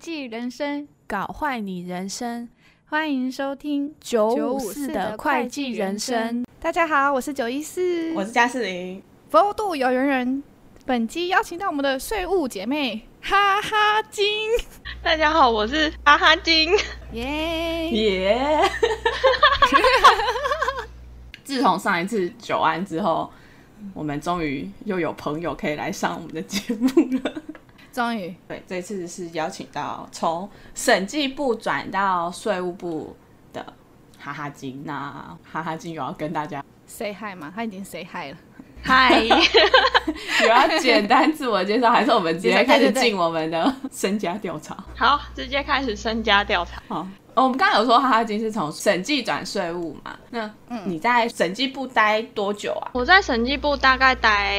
计人生，搞坏你人生欢迎收听九五954四的的会会计计人人生生。大家好，我是九一四，我是嘉士林，佛度有缘人。本期邀请到我们的税务姐妹哈哈金，大家好，我是哈哈金耶！耶。自从上一次久安之后，我们终于又有朋友可以来上我们的节目了。终于，对，这次是邀请到从审计部转到税务部的哈哈金，那哈哈金有要跟大家 say hi 嘛，他已经 say hi 了。嗨， 有要简单自我介绍，还是我们直接开对对始对进我们的 身家调查？好，直接开始身家调查。好、哦，我们刚才有说哈哈金是从审计转税务嘛？那你在审计部待多久啊？我在审计部大概待，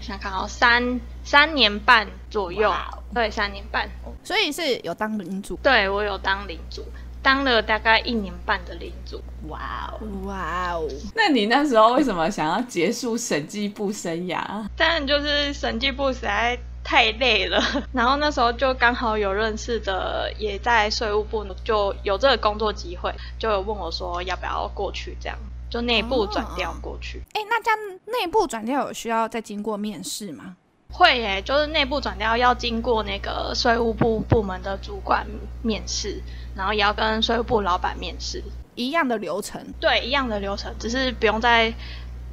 想看哦，三三年半左右哇哦。对，三年半。所以是有当领主。对我有当领主，当了大概一年半的领主。哇哦！哇哦！那你那时候为什么想要结束审计部生涯？但就是审计部实在太累了， 然后那时候就刚好有认识的也在税务部，就有这个工作机会，就有问我说要不要过去这样。就内部转哦调过去哎，那这样内部转调有需要再经过面试吗？会耶、就是内部转调要经过那个税务部部门的主管面试，然后也要跟税务部老板面试，一样的流程，对，一样的流程，只是不用再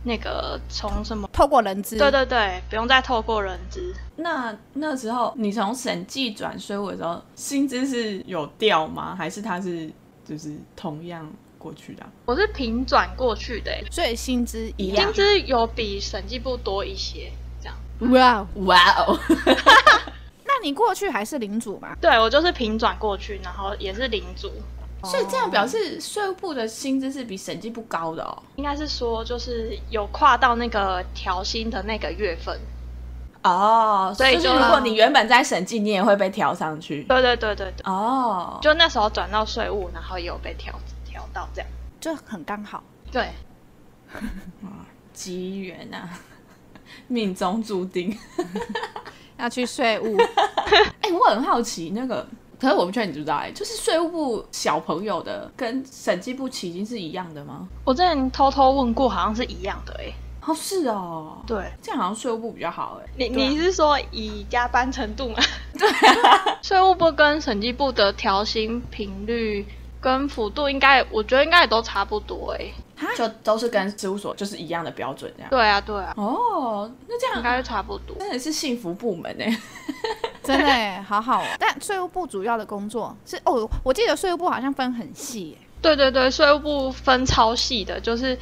那个从什么，透过人资。对对对，不用再透过人资。那那时候你从审计转税务的时候，薪资是有掉吗？还是它是就是同样过去的啊？我是平转过去的耶、所以薪资一一样样薪。资有比审计部多一些，这样。哇哦！哇哦！那你过去还是领主吗？对我就是平转过去，然后也是领主，所以这样表示税务部的薪资是比审计部高的哦。应该是说就是有跨到那个调薪的那个月份。哦，所所以以就如果你原本在审计，你也会被调上去。对对对对对。哦，就那时候转到税务，然后也有被调调到这样。就很刚好。对，机缘啊， 命中注定。 要去税务，哎、我很好奇那个，可是我不确定你知不知道、哎，就是税务部小朋友的跟审计部起薪是一样的吗？我之前偷偷问过，好像是一样的哎、哦，是哦，对，这样好像税务部比较好、哎，你对啊你是说以加班程度吗？ 对、啊税务部跟审计部的调薪频率跟幅度，应该我觉得应该也都差不多哎、就都是跟事务所就是一样的标准这样。对啊，对啊，哦，那这应样该是差不多。真的是幸福部门哎、 真的耶好好哦。 但税务部主要的工作是哦，我记得税务部好像分很细耶，对对对，税务部分超细的，就是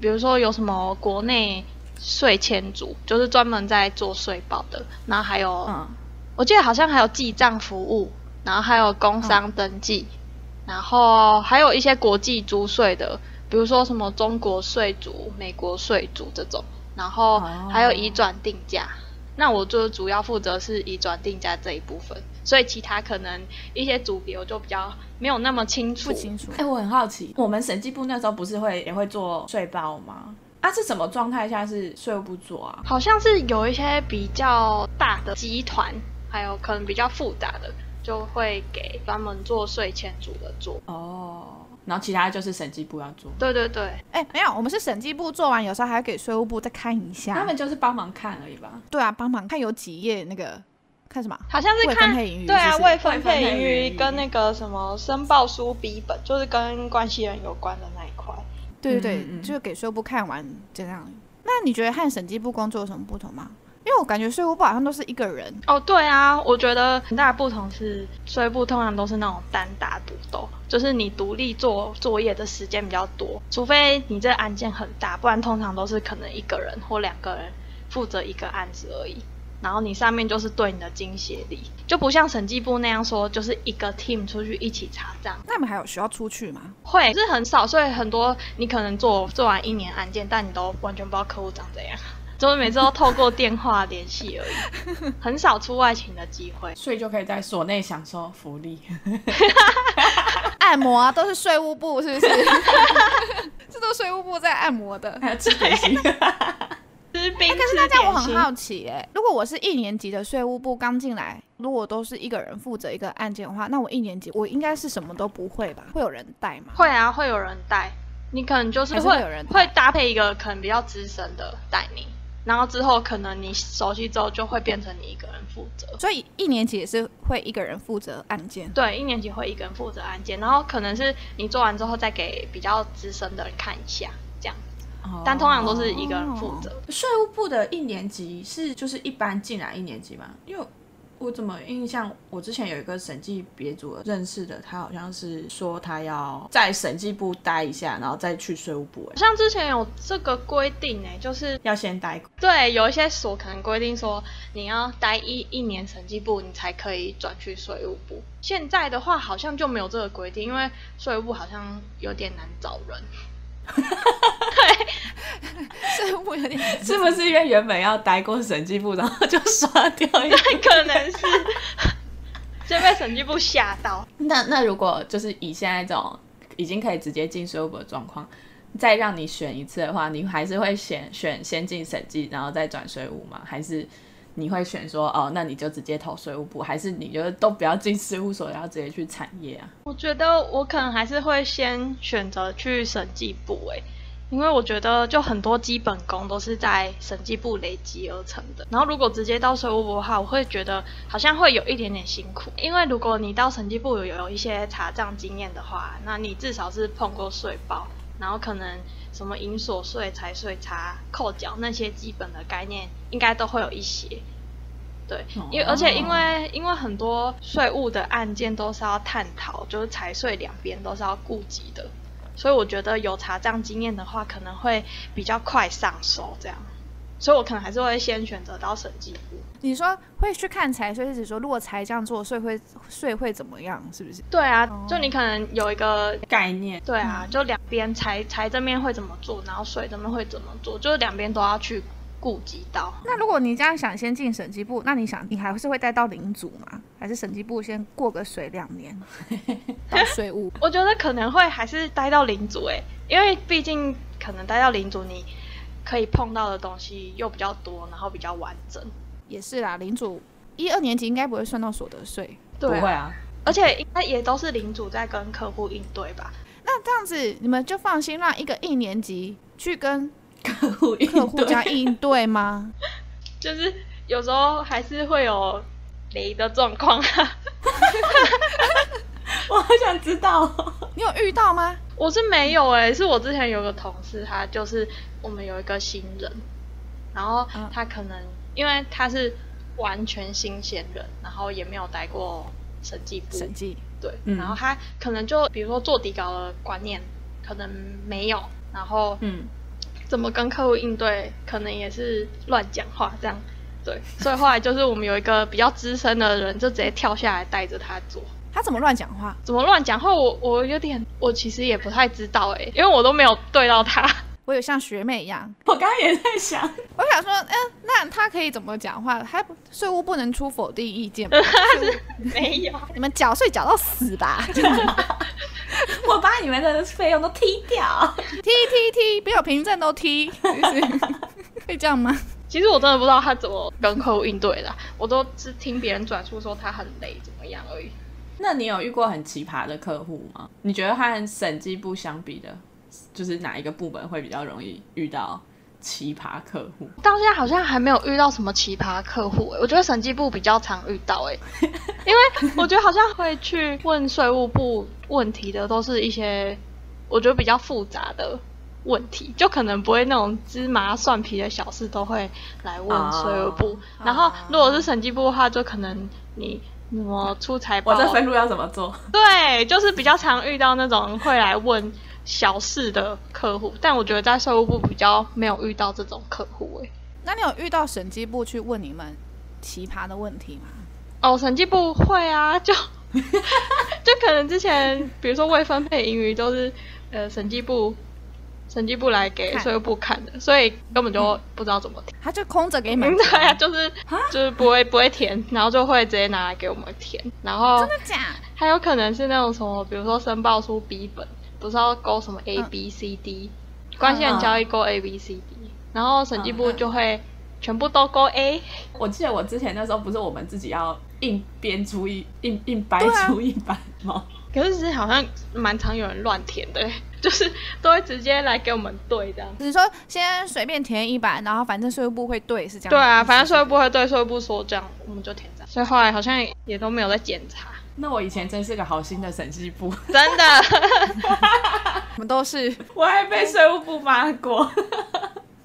比如说有什么国内税签组，就是专门在做税报的，然后还有嗯，我记得好像还有记账服务，然后还有工商登记，嗯然后还有一些国际租税的，比如说什么中国税族、美国税族这种，然后哦还有移转定价。那我就主要负责是移转定价这一部分，所以其他可能一些组别我就比较没有那么清楚不。清楚 哎、。我很好奇，我们审计部那时候不是会也会做税报吗？啊，是什么状态下是税务部做啊？好像是有一些比较大的集团，还有可能比较复杂的，就会给专门做税前组的做。哦，然后其他就是审计部要做。对对对，哎、没有，我们是审计部做完，有时候还要给税务部再看一下。他们就是帮忙看而已吧。对啊，帮忙看有几页那个看什么？好像是未看分配盈余对是啊，不是未分配盈未分配盈余余跟那个什么申报书笔本，就是跟关系人有关的那一块。对对对，嗯嗯嗯就是给税务部看完这样。那你觉得和审计部工作有什么不同吗？因为我感觉税务部好像都是一个人，哦，对啊，我觉得很大的不同是，税部通常都是那种单打独斗，就是你独立做作业的时间比较多，除非你这个案件很大，不然通常都是可能一个人或两个人负责一个案子而已。然后你上面就是对你的精协力，就不像审计部那样说，就是一个 team 出去一起查账。那你们还有需要出去吗？会就是很少，所以很多你可能做做完一年案件，但你都完全不知道客户长怎样，就是每次都透过电话联系而已，很少出外勤的机会。所以就可以在所内享受福 利。按摩啊，都是税务部，是不是？ 这都税务部在按摩的。 还有吃点心，吃冰哎啊可是那这样我点很心好奇哎、如果我是一年级的税务部刚进来，如果都是一个人负责一个案件的话，那我一年级我应该是什么都不会吧？会有人带吗？会啊，会有人带，你可能就是还是会会有人带会搭配一个可能比较资深的带你，然后之后可能你熟悉之后就会变成你一个人负责。所以一年级也是会一个人负责案 件。对，一年级会一个人负责案件，然后可能是你做完之后再给比较资深的人看一下，这样。但通常都是一个人负责。哦税务部的一年级是就是一般进来一年级嘛，因为我怎么印象，我之前有一个审计别组的认识的，他好像是说他要在审计部待一下，然后再去税务部、好欸，像之前有这个规定呢、欸就是要先待。对有一些所可能规定说你要待一一年审计部，你才可以转去税务部。现在的话好像就没有这个规定，因为税务部好像有点难找人。 税务部有点 是不是因为原本要待过审计部，然后就刷掉一个？可能是 就被审计部吓到。 那那如果就是以现在这种已经可以直接进税务部的状况，再让你选一次的话，你还是会选选先进审计，然后再转税务吗？还是你会选说哦，那你就直接投税务部，还是你就都不要进事务所，然后直接去产业啊？我觉得我可能还是会先选择去审计部诶、因为我觉得就很多基本功都是在审计部累积而成的。然后如果直接到税务部的话，我会觉得好像会有一点点辛苦，因为如果你到审计部有有一些查账经验的话，那你至少是碰过税报，然后可能什么营所税、财税查、扣缴那些基本的概念，应该都会有一些。对，因为而且因为因为很多税务的案件都是要探讨，就是财税两边都是要顾及的，所以我觉得有查账经验的话，可能会比较快上手这样。所以我可能还是会先选择到审计部。你说会去看财税，是指说如果财这样做，税会税会怎么样？是不是？对啊，就你可能有一个概念对啊，就两边财财这面会怎么做，然后税这边会怎么做，就是两边都要去顾及到。那如果你这样想先进审计部，那你想你还是会带到领组吗？还是审计部先过个水两年 到税务？我觉得可能会还是待到领主哎、因为毕竟可能待到领主，你可以碰到的东西又比较多，然后比较完整。也是啦，领组一二年级应该不会算到所得税。对、不会，啊，而且应该也都是领主在跟客户应对吧？那这样子你们就放心让一个一年级去跟客户应 客户对这样应对吗？就是有时候还是会有雷的状况啊。 我好想知道哦、你有遇到吗？ 我是没有哎、是我之前有个同事，他就是我们有一个新人，然后嗯他可能、因为他是完全新鲜人，然后也没有待过审计部，审计对，嗯然后他可能就比如说做底稿的观念可能没有，然后嗯，怎么跟客户应对，可能也是乱讲话这样，对，所以后来就是我们有一个比较资深的人，就直接跳下来带着他做。他怎么乱讲话？怎么乱讲话？我我有点，我其实也不太知道哎、因为我都没有对到他。我有像学妹一样，我刚刚也在想，我想说，嗯，那他可以怎么讲话？他税务不能出否定意 见吗？没有，你们缴税缴到死吧，踢我把你们的费用都踢掉。踢踢，没有凭证都踢，就是会这样吗？ 其实我真的不知道他怎么跟客户应对的，我都是听别人转述说他很累怎么样而已。那你有遇过很奇葩的客户吗？你觉得和审计部相比的，就是哪一个部门会比较容易遇到奇葩客户？到现在好像还没有遇到什么奇葩客户、欸，我觉得审计部比较常遇到、欸，因为我觉得好像会去问税务部问题的都是一些我觉得比较复杂的问题，就可能不会那种芝麻蒜皮的小事都会来问税务部。哦然后如果是审计部的话，就可能你什么出财报我，这分录要怎么做？对，就是比较常遇到那种会来问小事的客户，但我觉得在税务部比较没有遇到这种客户、欸，那你有遇到审计部去问你们奇葩的问题吗？哦，审计部会啊， 就就可能之前，比如说未分配盈余都是呃审计部审计部来给看税务部看的，所以根本就不知道怎么填。他就空着给你们嗯，填， 对啊，就是就是不会不会填，然后就会直接拿来给我们填，然后真的假？还有可能是那种什么，比如说申报书 B 本，不是要勾什么 A 嗯嗯 B C D，关系人交易勾 A B C D，然后审计部就会全部都勾 A。我记得我之前那时候不是我们自己要硬编出一硬硬掰对啊出一版吗？可是其实好像蛮常有人乱填的， 就是都会直接来给我们对这样。只是说先随便填一版，然后反正税务部会对是这样。对啊，反正税务部会对税务部说这样，我们就填这样。所以后来好像也都没有在检 查，那我以前真是个好心的审计部，真的。我 们都是我还被税务部骂过。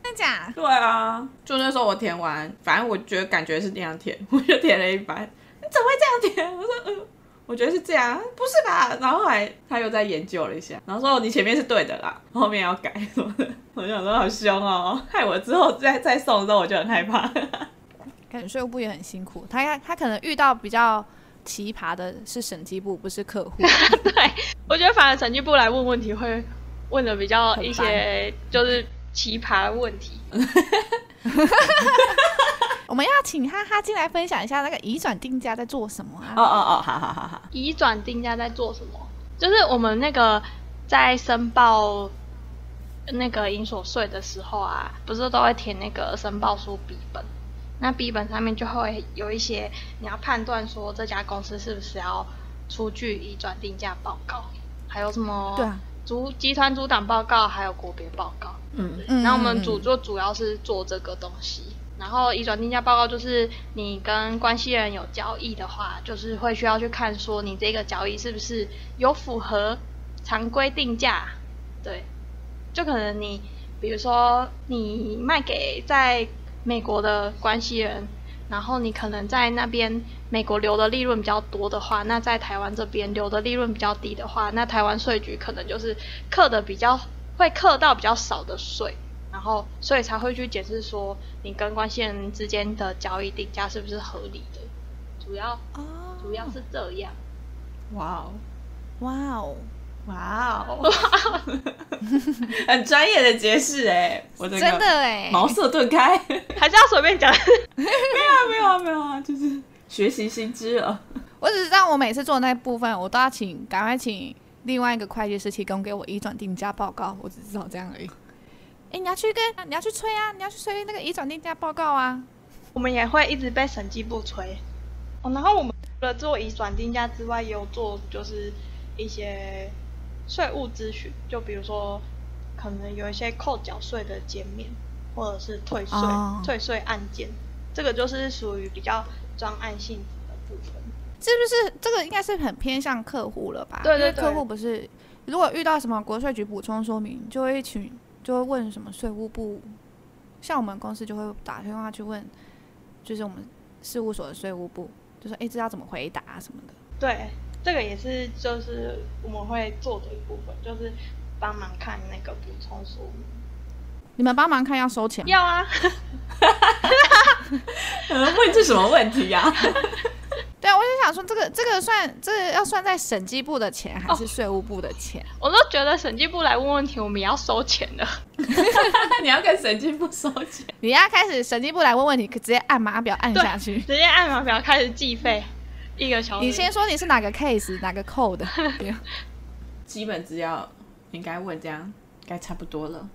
真假？对啊，就那时候我填完，反正我觉得感觉是那样填， 我就填了一版。你怎么会这样填？我说，嗯、我觉得是这样，不是吧？然后后来他又再研究了一下，然后说哦你前面是对的啦，后面要改 什么的。我想说好凶哦，害我之后再再送的时候我就很害怕。感觉税务部也很辛苦，他他可能遇到比较奇葩的是审计部，不是客 户。对，我觉得反而审计部来问问题会问的比较一些就是奇葩的问题。我们要请哈哈进来分享一下那个移转定价在做什么啊？哦哦哦，好好好好，移转定价在做什么？就是我们那个在申报那个营所税的时候啊，不是都会填那个申报书笔本？那笔本上面就会有一些你要判断说这家公司是不是要出具移转定价报告，还有什么对啊主集团主档报告，还有国别报告。嗯，嗯然后我们主就主要是做这个东西。然后移转定价报告就是你跟关系人有交易的话，就是会需要去看说你这个交易是不是有符合常规定价。对，就可能你比如说你卖给在美国的关系人，然后你可能在那边美国留的利润比较多的话，那在台湾这边留的利润比较低的话，那台湾税局可能就是课的比较会课到比较少的税，然后所以才会去解释说你跟关系人之间的交易定价是不是合理的，主要哦主要是这样。哇哦哇哦，哇哦， 很专业的解释哎，我整真个的哎，茅塞顿开。 还是要随便讲，没有啊没有啊，就是学习新知哦了。我只知道我每次做那部分，我都要请赶快请另外一个会计师提供给我移转定价报告，我只知道这样而已。哎，你要去跟你要去催啊，你要去催那个移转定价报告啊。 我们也会一直被审计部催。哦，然后我们除了做移转定价之外，也有做就是一些税务咨询，就比如说可能有一些扣缴税的减免，或者是退税、哦退税案件，这个就是属于比较专案性质的部分。是不是这个应该是很偏向客户了吧？对对因为对客户不是如果遇到什么国税局补充说明，就会请就会问什么税务部，像我们公司就会打电话去问，就是我们事务所的税务部，就说哎，诶这要怎么回答啊什么的。对，这个也是就是我们会做的一部分，就是帮忙看那个补充说明。你们帮忙看要收钱吗？要啊， 呃问这什么问题啊呀、对啊，我就想说这个这个算这个要算在审计部的钱还是税务部的 钱？我都觉得审计部来问问题，我们也要收钱的。 你要跟审计部收钱？你要开始审计部来问问题，直接按码表按下去。 直接按码表开始计费，一个小时。你先说你是哪个 case 哪个扣 的？对基本资料应该问这样，应该差不多了。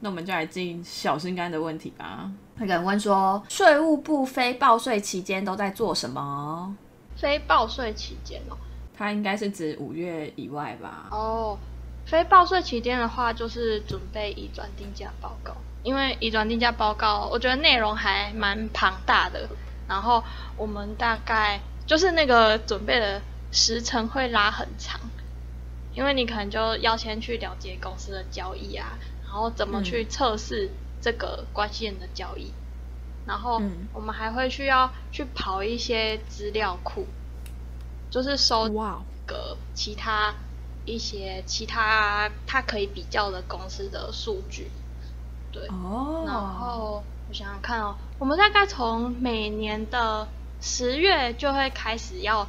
那我们就来进小心肝的问题吧。那个人问说，税务部非报税期间都在做什么？非报税期间哦。他应该是指五月以外吧？哦，非报税期间的话，就是准备移转定价报告，因为移转定价报告，我觉得内容还蛮庞大的。然后我们大概就是那个准备的时程会拉很长，因为你可能就要先去了解公司的交易啊，然后怎么去测试这个关系人的交易，然后嗯我们还会需要去跑一些资料库，就是收哇哦，个其他一些其他它可以比较的公司的数据。对，然哦，后我想想看哦，我们大概从每年的十月就会开始要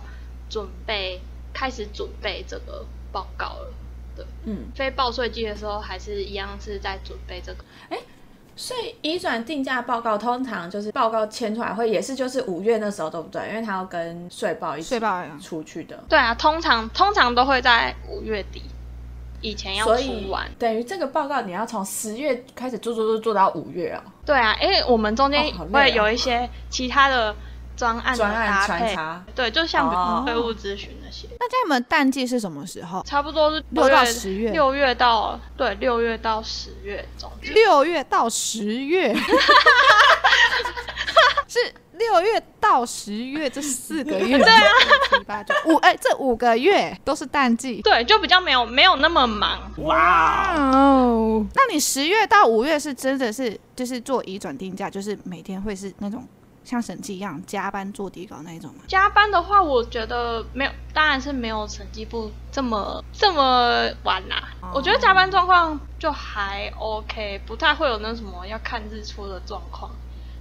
准备，开始准备这个报告了。嗯，非报税季的时候，还是一样是在准备这个。所以移转定价报告通常就是报告签出来会也是就是五月那时候对不对？因为他要跟税报一起税报一样出去的。对啊，通常通常都会在五月底。以前要所出以完。等于这个报告你要从十月开始做做做做到五月啊、对啊，因为我们中间哦好累会哦有一些其他的专案的专案搭穿配，插。对，就像比哦如税务咨询那些，那家你们淡季是什么时候？差不多是六到十月，月，六月到对六月到十月中间，六月到十 月，是六月到十月这四个月，对啊，七八九五，哎、这五个月都是淡季。对，就比较没有没有那么忙。哇，哦，那你十月到五月是真的是就是做移转定价，就是每天会是那种像审计一样加班做底稿那一种吗？加班的话，我觉得没有，当然是没有审计部这么这么晚啦、哦我觉得加班状况就还 OK，不太会有那什么要看日出的状况，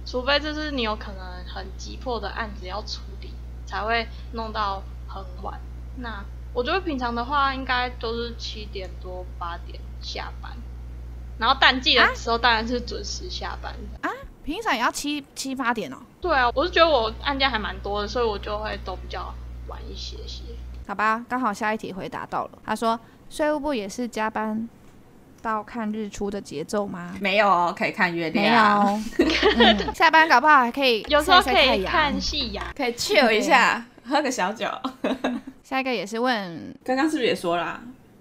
除非就是你有可能很急迫的案子要处理，才会弄到很晚。那我觉得平常的话，应该都是七点多八点下班，然后淡季的时候当然是准时下班。平常也要七七八点哦。对啊，我是觉得我案件还蛮多的，所以我就会都比较晚一些些。好吧，刚好下一题回答到了。他说，税务部也是加班到看日出的节奏吗？没有哦，可以看月没有亮，，嗯、下班搞不好还可以有时候晒可晒太以阳看。夕阳，可以 chill 一下， 喝个小酒。下一个也是问刚刚是不是也说啦？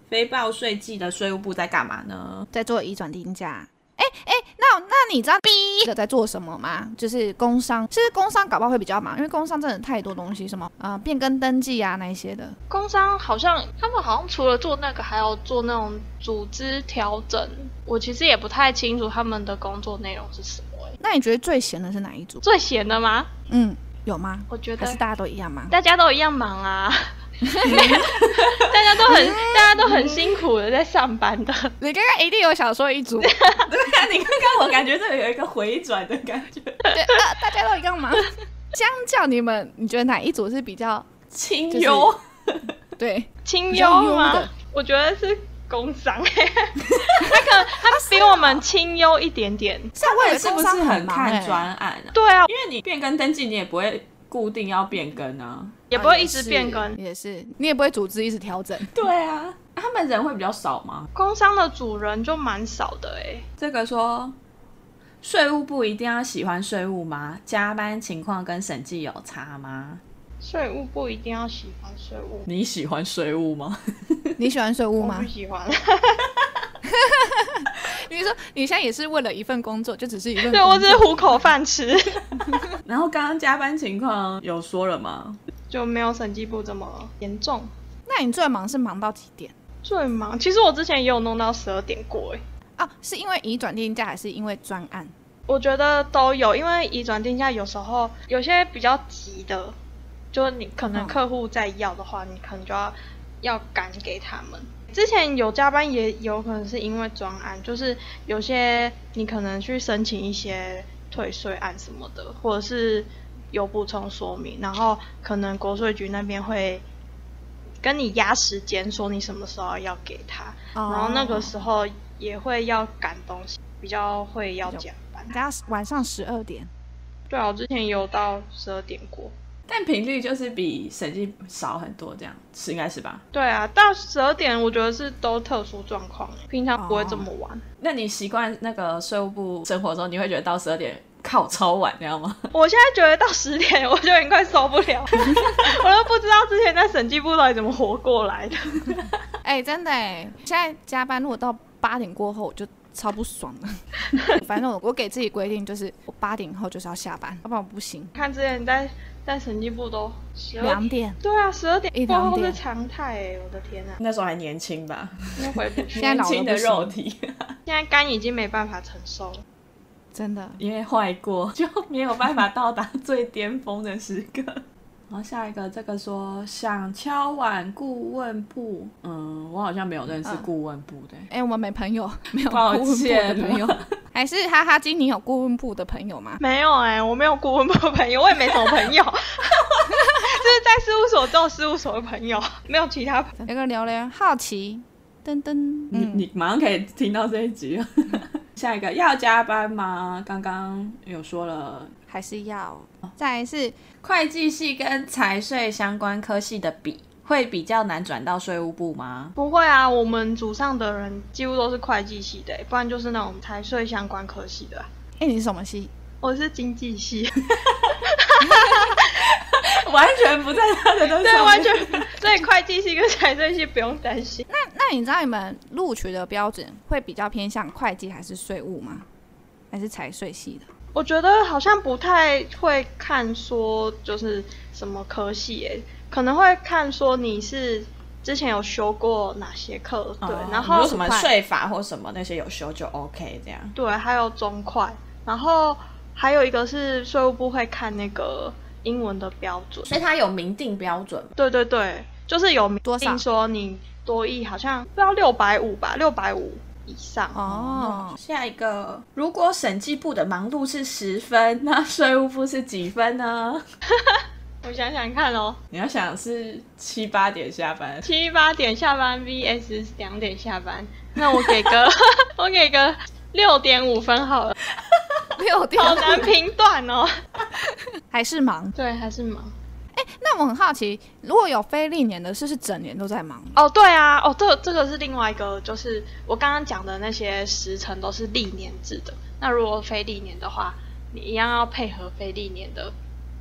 非报税季的税务部在干嘛呢？ 在做移转定价。哎哎，那那你知道第一个在做什么吗？就是工商，其实工商搞不好会比较忙，因为工商真的太多东西，什么啊、呃变更登记啊那一些的。工商好像他们好像除了做那个，还有做那种组织调整。我其实也不太清楚他们的工作内容是什么、欸。那你觉得最闲的是哪一组？最闲的吗？嗯，有吗？我觉还是得大家都一样吗？大家都一样 忙啊，大家都很大家都很辛苦的在上班的。你刚刚一定有想说一组， 对，对啊，你刚刚我感觉这里有一个回转的感觉，呃大家都一样忙。 相较你们，你觉得哪一组是比较清就是幽。 对？清比较幽优吗的？我觉得是 工商、欸，他可能他比我们清幽一点点。像我也是不工是商很忙看欸专案啊？对啊，因为你变更登记，你也不会固定要变更啊。也不啊会一直是变更。也是，你也不会组织一直调整。对啊，他们人会比较少吗？工商的主人就蛮少的哎、这个说，税务部一定要喜欢税务吗？加班情况跟审计有差吗？税务不一定要喜欢税务，你喜欢税务吗？你喜欢税务我吗不？喜 欢。你说你现在也是为了一份工作，就只是一份工对作，我只是糊口饭吃， 然后刚刚加班情况有说了吗？就没有审计部这么严重。那你最忙是忙到几点最忙，其实我之前也有弄到十二点过哎、啊？是因为移转定价，还是因为专案？我觉得都有，因为移转定价有时候有些比较急的，就是你可能嗯客户在要的话，你可能就要要赶给他们。之前有加班也有可能是因为专案，就是有些你可能去申请一些退税案什么的，或者是有补充说明，然后可能国税局那边会跟你压时间，说你什么时候要给他，然后那个时候也会要赶东西，比较会要加班。大家晚上十二点，对啊，我之前有到十二点过。但频率就是比审计少很多，这样是应该是吧？对啊，到十二点我觉得是都特殊状况，欸平常不会这么哦晚。那你习惯那个税务部生活中，你会觉得到十二点靠超晚，这样吗？ 我现在觉得到十点我就已经快受不了，我都不知道之前在审计部到底怎么活过来的。哎、真的哎、现在加班如果到八点过后，我就超不爽 了。反正我我给自己规定就是，我八点后就是要下班，要不然我不行。看之前在在审计部都十二两，点，对啊，十二一点过两后是点常态哎、我的天啊，那时候还年轻吧，因为回不去， 现在年老了轻的不行肉体， 现在肝已经没办法承受了。真的。因为坏过就没有办法到达最巅峰的时刻。 然后下一个这个说想敲碗顾问部，嗯，我好像没有认识嗯顾问部的、欸哎、我们没朋友，没有抱顾问部的歉朋友， 还是哈哈鸡，你有顾问部的朋友吗？没有哎、我没有顾问部的朋友，我也没什么朋友， 就是在事务所只有事务所的朋友， 没有其他朋友。那个聊聊好奇，噔噔，嗯你你马上可以听到这一集了。 下一个要加班吗？刚刚有说了，还是要。再来是会计系跟财税相关科系的比，会比较难转到税务部吗？不会啊，我们组上的人几乎都是会计系的，欸不然就是那种财税相关科系的。哎，你是什么系？我是经 济系， 完全不在他的东西上 对，面完全，所以会计系跟财税系不用担心。那你知道你们录取的标准会比较偏向会计还是税务吗？还是财税系的？我觉得好像不太会看说就是什么科系耶，可能会看说你是之前有修过哪些课，对，哦然你后说什么快税法或什么那些有修就 OK 这样。对，还有中快，然后还有一个是税务部会看那个英文的标准，所以它有明定标准吗，对对对，就是有明多少定说你多益好像不知道六百五吧，六百五以上。哦，下一个，如果审计部的忙碌是十分，那税务部是几分呢？我想想看哦，你要想是七八点下班，七八点下班 vs 两点下班，那我给 个我给个六点五分好了，六点好 难评断哦。还是忙？对，还是忙。那我很好奇，如果有非历年的，是不是整年都在忙？哦，对啊，哦，这这个是另外一个，就是我刚刚讲的那些时辰都是历年制的。那如果非历年的话，你一样要配合非历年的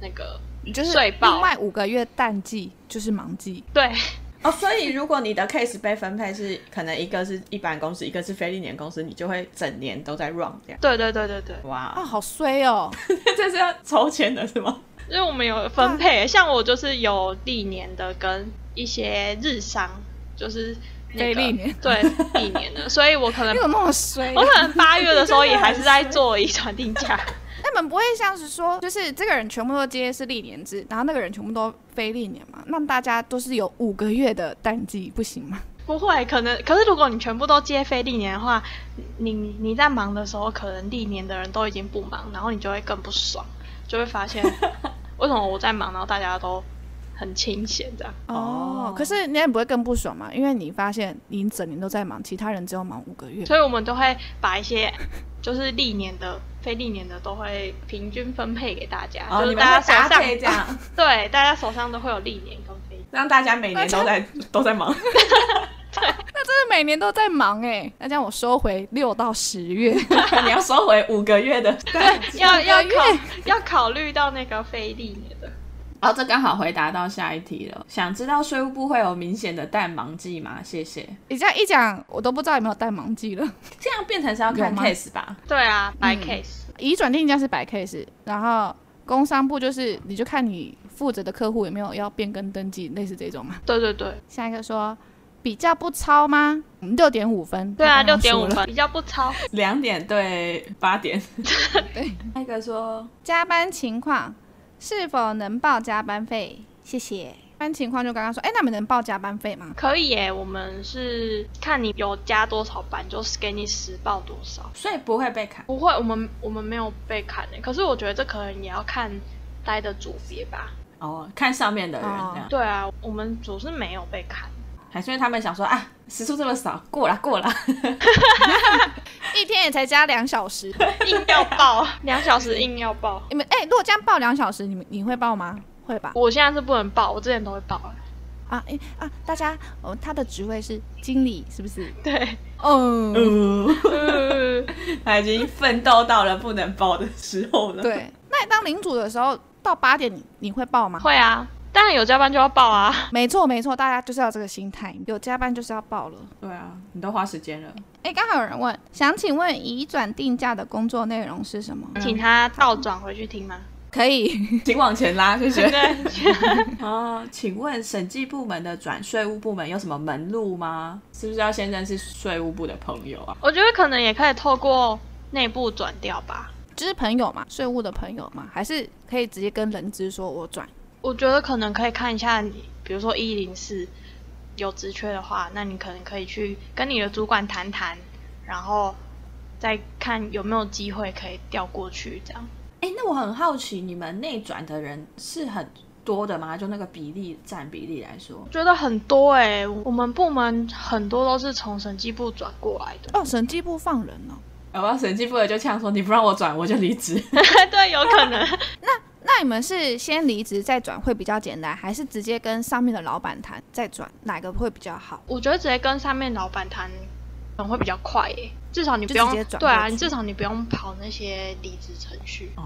那个就是税报另外五个月淡季就是忙季，对。哦，所以如果你的 case 被分配是可能一个是一般公司，一个是非历年公司，你就会整年都在 run 这样。对对对对对，啊，哇，好衰哦！ 这是要抽签的是吗？因为我们有分配，像我就是有历年的跟一些日商，就是、那个、非历年对历年的，所以我可 能你怎么那么衰、我啊？可能八月的时候也还是在做遗传定价，那你们不会像是说，就是这个人全部都接是历年制，然后那个人全部都非历年嘛？那大家都是有五个月的淡季，不行吗？不会，可能可是如果你全部都接非历年的话，你你你在忙的时候，可能历年的人都已经不忙，然后你就会更不爽，就会发现为什么我在忙，然后大家都很清闲这样。哦哦，可是你也不会更不爽嘛？因为你发现你整年都在忙，其他人只有忙五个月。所以我们都会把一些就是历年的、非历年的都会平均分配给大家，哦，你就是们会大家搭手上配这样，对，大家手上都会有历年跟非历。 让大家每年都 在都在忙。真的每年都在忙哎、那这样我收回六到十 月，你要收回五个月 的。要要五个考月要考虑到那个非历年的。哦，这刚好回答到下一题了。想知道税务部会有明显的淡忙季吗？谢谢。你这样一讲，我都不知道有没有带忙季了。这样变成是要看有吗 case 吧？对啊，嗯白 case。移转定价是白 case，然后工商部就是你就看你负责的客户有没有要变更登记，类似这种嘛。对对对，下一个说比较不超吗？嗯六点五分。对啊，他六刚刚点说五了。分比较不超。两点对八点。对，那个说加班情况是否能报加班费？谢谢。加班情况就刚刚说，哎、那你们能报加班费吗？ 可以耶，我们是看你有加多少班，就是给你实报多少。所以不会被砍。不会，我们我们没有被砍耶。可是我觉得这可能也要看待的组别吧。哦，看上面的人哦这样，对啊，我们组是没有被砍。还是因为他们想说啊，时数这么少，过啦过 啦。一天也才加两小时。 硬要报两小时，硬要报。你们哎、如果这样报两小时，你们你会报吗？会吧？我现在是不能报，我之前都会报耶。啊，哎、啊，大家，哦，他的职位是经理，是不是？对，嗯，嗯他已经奋斗到了不能报的时候了。，对。那你当领主的时候，到八点你你会报吗？ 会啊，当然有加班就要报啊。没错，没错，大家就是要这个心态，有加班就是要报了。对啊，你都花时间了。哎，刚好有人问，想请问移转定价的工作内容是什么？请他倒转回去听吗？可以， 请往前拉，谢谢。 对，啊，请问审计部门的转税务部门有什么门路吗？是不是要先认识税务部的朋友啊？我觉得可能也可以透过内部转调吧。就是朋友嘛，税务的朋友嘛，还是可以直接跟人资说我转。我觉得可能可以看一下你，比如说一零四有职缺的话，那你可能可以去跟你的主管谈谈，然后再看有没有机会可以调过去这样。哎、那我很好奇，你们内转的人是很多的吗？就那个比例占比例来说我，觉得很多哎、我们部门很多都是从审计部转过来的。哦，审计部放人哦。 搞不好审计部的就呛说你不让我转，我就离职。对，有可能。那那你们是先离职再转会比较简单，还是直接跟上面的老板谈再转，哪个会比较好？我觉得直接跟上面老板谈，可能会比较快耶、至少你不就直用接转对啊，过去你至少你不用跑那些离职程序。哦，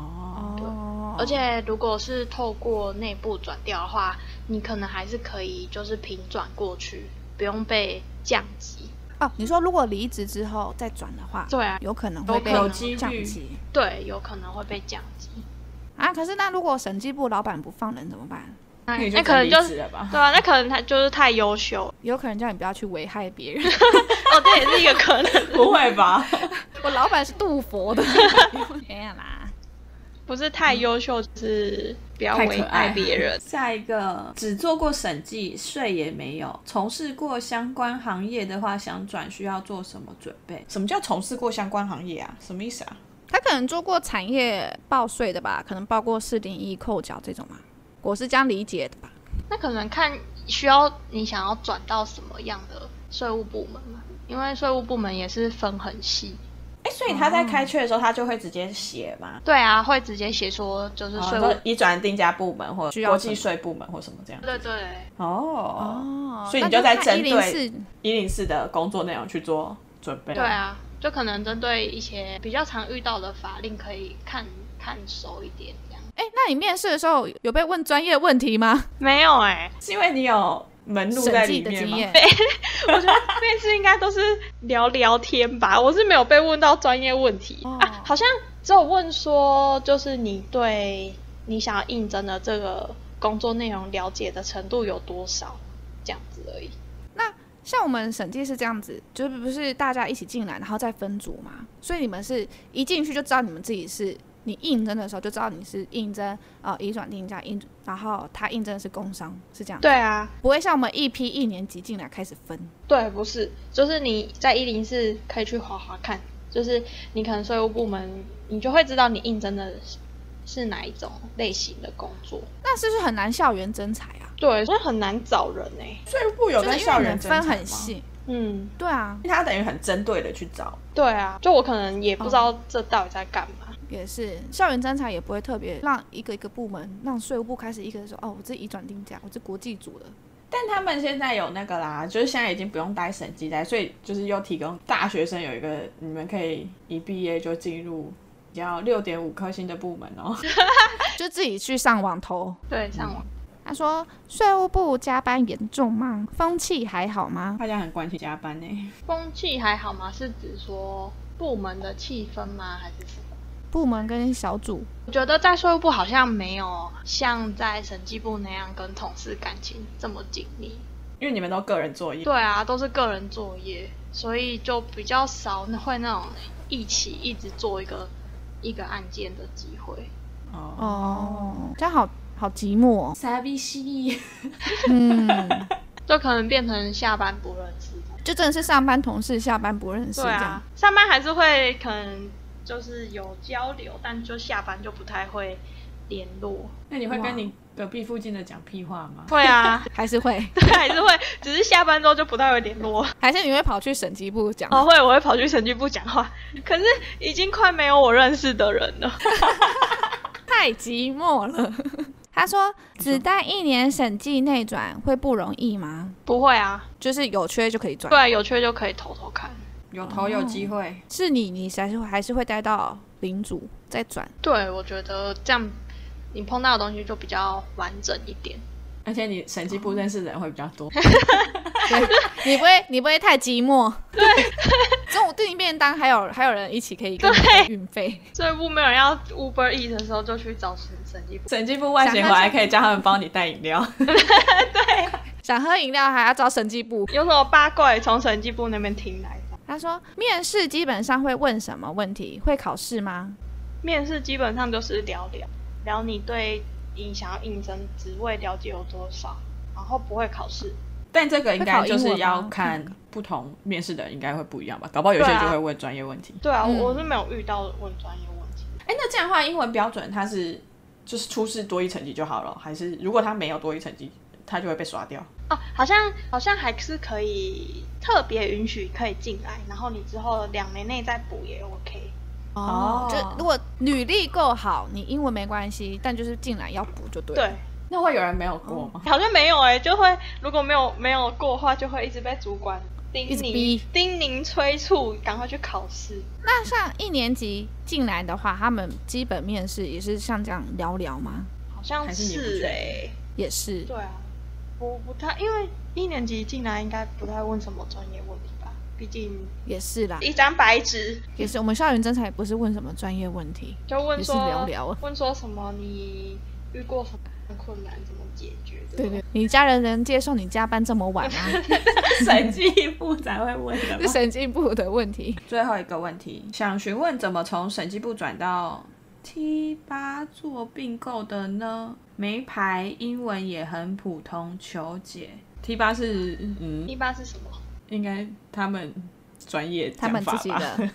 哦而且如果是透过内部转调的话，你可能还是可以就是平转过去，不用被降级。哦，你说如果离职之后再转的话，对啊，有可能会有被可能降有几级对，有可能会被降级。啊。可是那如果审计部老板不放人怎么办？那那你那就可能离就职是了吧？对啊，那可能他就是太优秀了，有可能叫你不要去危害别人。哦，这也是一个可能， 不会吧？我老板是杜佛 的，没有啦。不是太优秀，就是不要太危可爱害 别人。下一个，只做过审计，税也没有，从事过相关行业的话，想转需要做什么准备？什么叫从事过相关行业啊？什么意思啊？他可能做过产业报税的吧，可能报过四零一扣缴这种嘛，我是这样理解的吧。那可能看需要你想要转到什么样的税务部门嘛，因为税务部门也是分很细。哎，所以他在开缺的时候，他就会直接写吗？对啊，会直接写说就是哦税务。说移转定价部门或需要国际什么税部门或什么这样。对对，哦，哦所以你就在针一对零四一零四的工作内容去做准备。对，啊，就可能针对一些比较常遇到的法令，可以看看熟一点这样。哎，那你面试的时候有被问专业问题吗？没有哎、是因为你有门路在审计里的面经吗验？，面试应该都是聊聊天吧，我是没有被问到专业问题、 哦啊，好像只有问说，就是你对你想要应征的这个工作内容了解的程度有多少，这样子而已。像我们审计是这样子，就是不是大家一起进来，然后再分组嘛？所以你们是一进去就知道你们自己是，你应征的时候就知道你是应征呃移转定价应，然后他应征的是工商，是这样，对，啊，不会像我们一批一年级进来开始分。对，不是，就是你在一零四可以去划划看，就是你可能税务部门，你就会知道你应征的是是哪一种类型的工作。那是不是很难校园征才啊？对，所以很难找人哎、税务有就在是因为哦校你园们征才分吗很，细，嗯，对啊，因为他等于很针对的去找。对啊，就我可能也不知道这到底在干嘛。也是校园征才也不会特别让一个一个部门让税务部开始一个人说哦，我这移转定价，我这国际组的，但他们现在有那个啦，就是现在已经不用待审计待，所以就是又提供大学生有一个，你们可以一毕业就进入比较六点五颗星的部门哦。 就自己去上网投。对，上网。他说：“税务部加班严重吗？风气还好吗大家很关心加班呢、风气还好吗？是指说部门的气氛吗？还是什么？？”部门跟小组我觉得在税务部好像没有像在审计部那样跟同事感情这么紧密。因为你们都个人作业，对哦啊，都是个人作业，所以就比较少会那种一起一直做一个一个案件的机会。哦，哦，这样好好寂寞、哦。傻逼西，嗯，就可能变成下班不认识的。就真的是上班同事，下班不认识这对样。啊，上班还是会可能就是有交流，但就下班就不太会联络。那你会跟你隔壁附近的讲屁话吗？会啊，还是会，对，还是会，只是下班之后就不太会联络。还是你会跑去审计部讲？哦，会，我会跑去审计部讲话，可是已经快没有我认识的人了。太寂寞了。 他说：“只待一年审计内转会不容易吗？不会啊，就是有缺就可以转。对，有缺就可以投投看。有头有机会，是你，你还是还是会待到领主再转。对，我觉得这样你碰到的东西就比较完整一点。而且你审计部认识的人会比较多。哦 对你不会，你不会太寂寞。对， 中午订便当还有还有人一起可以跟你分运费。所以部没有人要 Uber E 的时候，就去找审审计部。审计部外勤回来可以叫他们帮你带饮料。 想喝饮料还要找审计部。有什么八卦也从审计部那边听来的。他说，面试基本上会问什么问题？会考试吗？面试基本上就是聊聊聊你对你想要应征职位了解有多少，然后不会考试。但这个应该就会是要考英文看吗不同面试的人应该会不一样吧，搞不好有些人就会问专业问题。对啊，嗯我是没有遇到问专业问题。哎、那这样的话，英文标准它是就是出示多一成绩就好了，还是如果他没有多一成绩，他就会被刷掉？哦，好像好像还是可以特别允许可以进来，然后你之后两年内再补也 OK。哦就如果履历够好，你英文没关系，但就是进来要补就对了。对，那会有人没有过吗？好像没有哎、就会如果没有没有过的话，就会一直被主管叮一直咛逼叮咛催促，赶快去考试。那像一年级进来的话，他们基本面试也是像这样聊聊吗？好像还是你不确是定哎、也是对啊，我不太因为一年级进来应该不太问什么专业问题吧，毕竟也是啦，一张白纸也是我们校园真才不是问什么专业问题，就问说也是聊聊啊问说什么你遇过什么困难怎么解决的？对对，你家人能接受你加班这么晚吗？ 审计部才会问的是神经部的问题。最后一个问题，想询问怎么从审计部转到 T 八做并购的呢？没牌，英文也很普通，求解。T 八是嗯，一般是什么？应该他们专业他讲们法自己吧。的，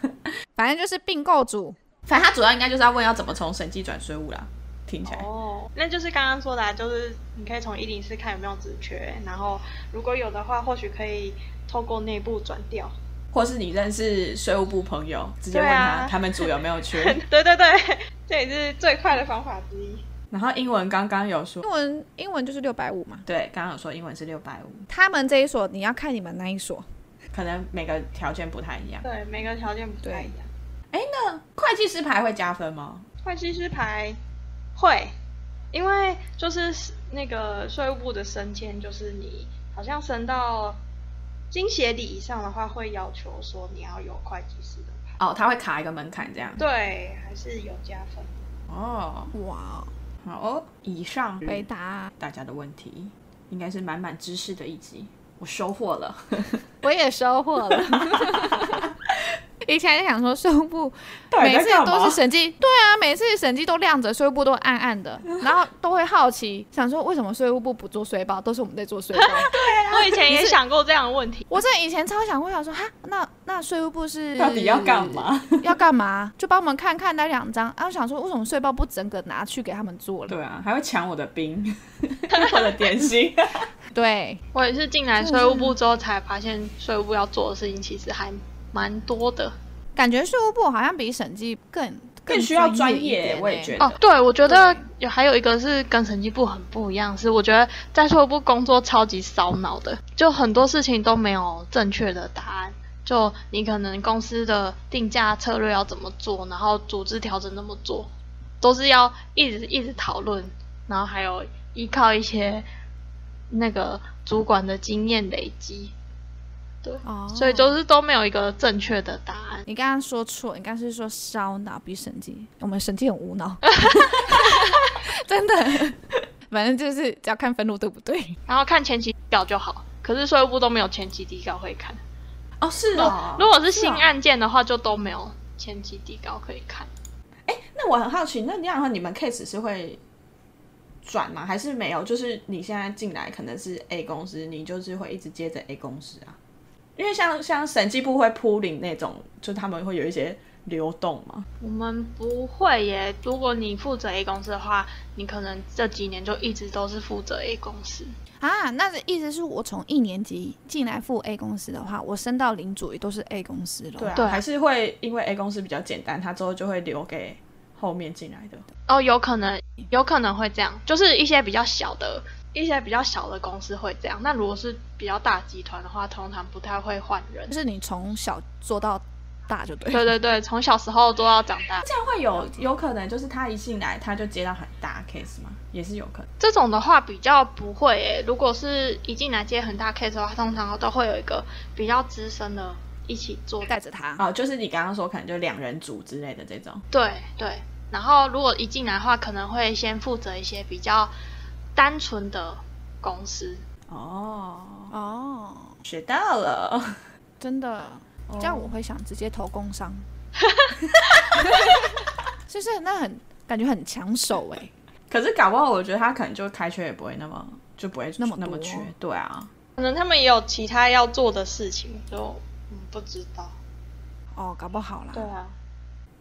反正就是并购组。 反正他主要应该就是要问要怎么从审计转税务啦，听起来。哦，那就是刚刚说的、啊，就是你可以从一零四看有没有职缺，然后如果有的话，或许可以透过内部转调。 或是你认识税务部朋友，直接问对他、啊他们组有没有 缺。对对 对，这也是最快的方法之一。然后英文刚刚有说英，文英文就是六百五嘛，对，刚刚有说英文是六百五，他们这一所你要看你们那一所。可能每个条件不太一样。对，每个条件不太一样。会计师牌会加分吗？会计师牌会，因为就是那个税务部的升迁，就是你好像升到经协理以上的话，会要求说你要有会计师的牌。哦，他会卡一个门槛这样。对，还是有加分的。哦，哇，好哦，以上回回答答大家的问题，应该是满满知识的一集，我收获 了。我也收获了。 以前还想说税务部到底每在次干嘛都是审计，对啊，每次审计都亮着，税务部都暗暗 的，然后都会好奇，想说为什么税务部不做税报，都是我们在做税报。 我以前也想过这样的问题，我这以前超想问，想说哈，那那税务部是到底要干？嘛？要干嘛？就帮我们看看那两张。然后想说，为什么税报不整个拿去给他们做了？对啊，还会抢我的冰， 我的点心。对，我也是进来税务部之后才发现，税务部要做的事情其实还蛮多的。感觉税务部好像比审计更更需要专一业点我也欸觉得哦，对，我觉得对有还有一个是跟审计部很不一样，是我觉得在税务部工作超级烧脑的，就很多事情都没有正确的答案。就你可能公司的定价策略要怎么做，然后组织调整怎么做，都是要一直一直讨论，然后还有依靠一些那个主管的经验累积，对，哦，所以就是都没有一个正确的答案。你刚刚说错，你刚刚是说烧脑比审计，我们审计很无 脑，真的。反正就是只要看分录对不对，然后看前期底稿就好。可是税务部都没有前期底稿会看， 哦，是如哦。如果是新啊案件的话，就都没有前期底稿可以看。那我很好奇，那这样的话，你们 case 是会转吗？还是没有？就是你现在进来可能是 A 公司，你就是会一直接着 A 公司啊？因为像像审计部会铺领那种，就他们会有一些流动嘛。我们不会耶。如果你负责 A 公司的话，你可能这几年就一直都是负责 A 公司。啊，那的意思是我从一年级进来赴 A 公司的话，我升到领主也都是 A 公司了。对啊，对还是会因为 A 公司比较简单，它之后就会留给后面进来的。哦，有可能，有可能会这样，就是一些比较小的、一些比较小的公司会这样。那如果是比较大集团的话，通常不太会换人就。是你从小做到大就对。对对对，从小时候做到长大，这样会有有可能就是他一进来他就接到很大的 case 吗？也是有可能。这种的话比较不会诶、如果是一进来接很大 case 的话，通常都会有一个比较资深的一起做。带着他，哦，就是你刚刚说可能就两人组之类的这种。对对，然后如果一进来的话，可能会先负责一些比较单纯的公司。哦，哦，学到了。真的，这样我会想直接投工 商，就是那很感觉很抢手哎、可是搞不好，我觉得他可能就开缺也不会那么，就不会那么那么多缺。对啊，可能他们也有其他要做的事情，就嗯不知道。哦，搞不好啦。啊，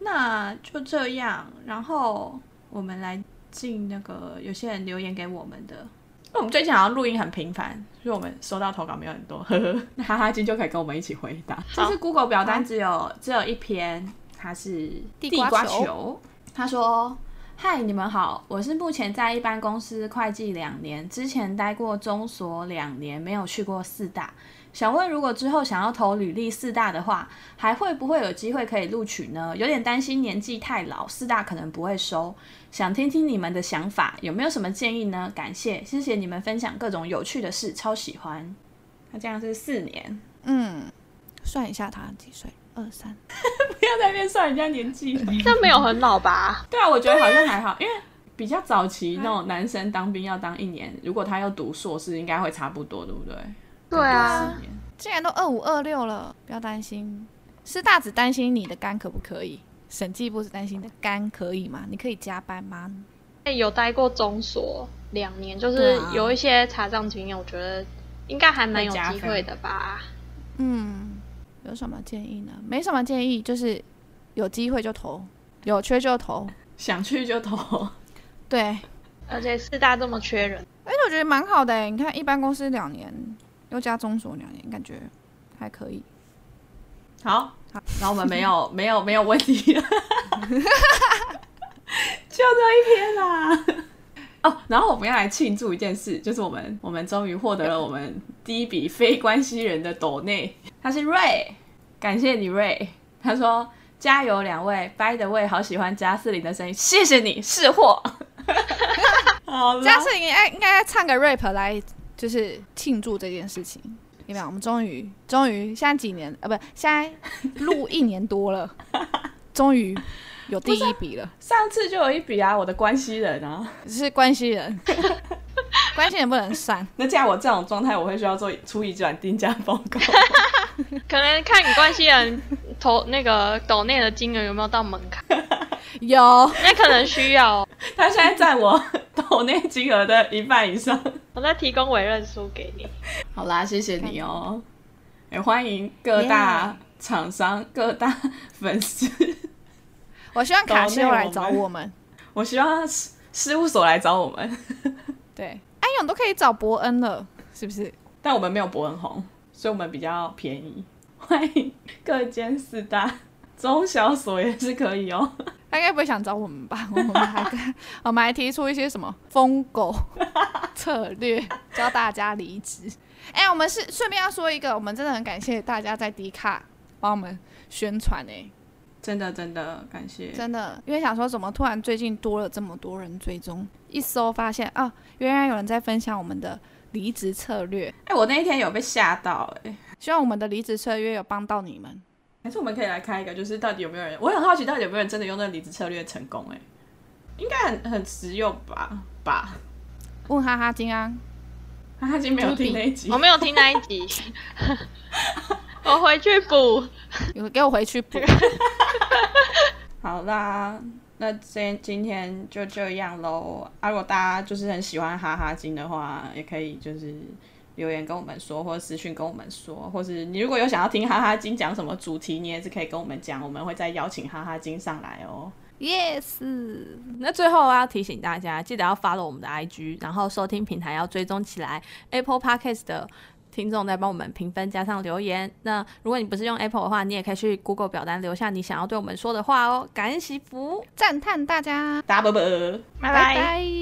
那就这样。然后我们来进那个有些人留言给我们的。那我们最近好像录音很频繁，所以我们收到投稿没有很 多，呵呵。那哈哈金就可以跟我们一起回答。这次 Google 表单只有只有一篇，他是地瓜球他说：“嗨，你们好，我是目前在一般公司会计两年，之前待过中所两年，没有去过四大。想问，如果之后想要投履历四大的话，还会不会有机会可以录取呢？有点担心年纪太老，四大可能不会收。想听听你们的想法，有没有什么建议呢？感谢，谢谢你们分享各种有趣的事，超喜欢。他这样是四年，嗯，算一下他几岁，二三， 不要在那边算人家年纪。这没有很老吧？ 对啊，我觉得好像还好，因为比较早期那种男生当兵要当一年，如果他要读硕士，应该会差不多，对不对？ 对啊四年，既然都二五二六了，不要担心。师大只担心你的肝可不可以，审计部只担心你的肝可以吗？你可以加班吗？哎有待过中所两年，就对是啊有一些查账经验，我觉得应该还蛮有会加机分会的吧。嗯，有什么建议呢？没什么建议，就是有机会就投，有缺就投。想去就投，对，而而且四大这么缺人，且我觉得蛮好的欸。你看，一般公司两年，又加中所两年，感觉还可以。好好，然后我们没有没有没有问题了，就这一篇啦。哦，然后我们要来庆祝一件事，就是我们我们终于获得了我们第一笔非关系人的抖内，他是瑞，感谢你瑞，他说加油两位，By the way，好喜欢加四零的声音，谢谢你是货。好啦这样是应该应该唱个 rap 来，就是庆祝这件事情。有没有？我们终于终于现在几年啊，不，现在录一年多了，终于有第一笔了，上次就有一笔啊，我的关系人啊，只是关系人，关系人不能散。那既然我这种状态，我会需要做出一转定价报告。可能看你关系人投那个抖内的金额有没有到门 槛，有，那可能需要哦。他现在占我 抖内金额的一半以上。我再提供委任书给你。好啦，谢谢你哦，也欢迎各大厂商、各大粉丝。 我希望卡西欧来抖内找我们我们。我希望事事务所来找我们，对，安勇都可以找伯恩了，是不是？但我们没有博文红，所以我们比较便宜。欢迎各间四大中小所也是可以哦。他应该不会想找我们吧？ 我们还跟我们还提出一些什么疯狗策略，教大家离职。哎、我们是顺便要说一个，我们真的很感谢大家在迪卡帮我们宣传哎、真的真的感谢，真的，因为想说怎么突然最近多了这么多人追踪，一搜发现啊，原来有人在分享我们的离职策略，哎、我那一天有被吓到哎、希望我们的离职策略有帮到你们。还是我们可以来开一个，就是到底有没有人？我很好奇，到底有没有人真的用那个离职策略成功、欸？哎，应该很很实用吧？吧？问哈哈金安，他已经没有听那一集我，没有听那一 集，我回去补。有给我回去补。好啦，那今今天就这样喽。啊，如果大家就是很喜欢哈哈金的话，也可以就是留言跟我们说，或者私讯跟我们说，或是你如果有想要听哈哈金讲什么主题，你也是可以跟我们讲，我们会再邀请哈哈金上来哦。 yes。那最后要提醒大家，记得要 follow 我们的 IG，然后收听平台要追踪起来。Apple Podcast 的听众在帮我们评分加上留言。那如果你不是用 Apple 的话，你也可以去 Google 表单留下你想要对我们说的话哦。感恩惜福。赞叹大家，大家拜拜。拜拜拜。拜。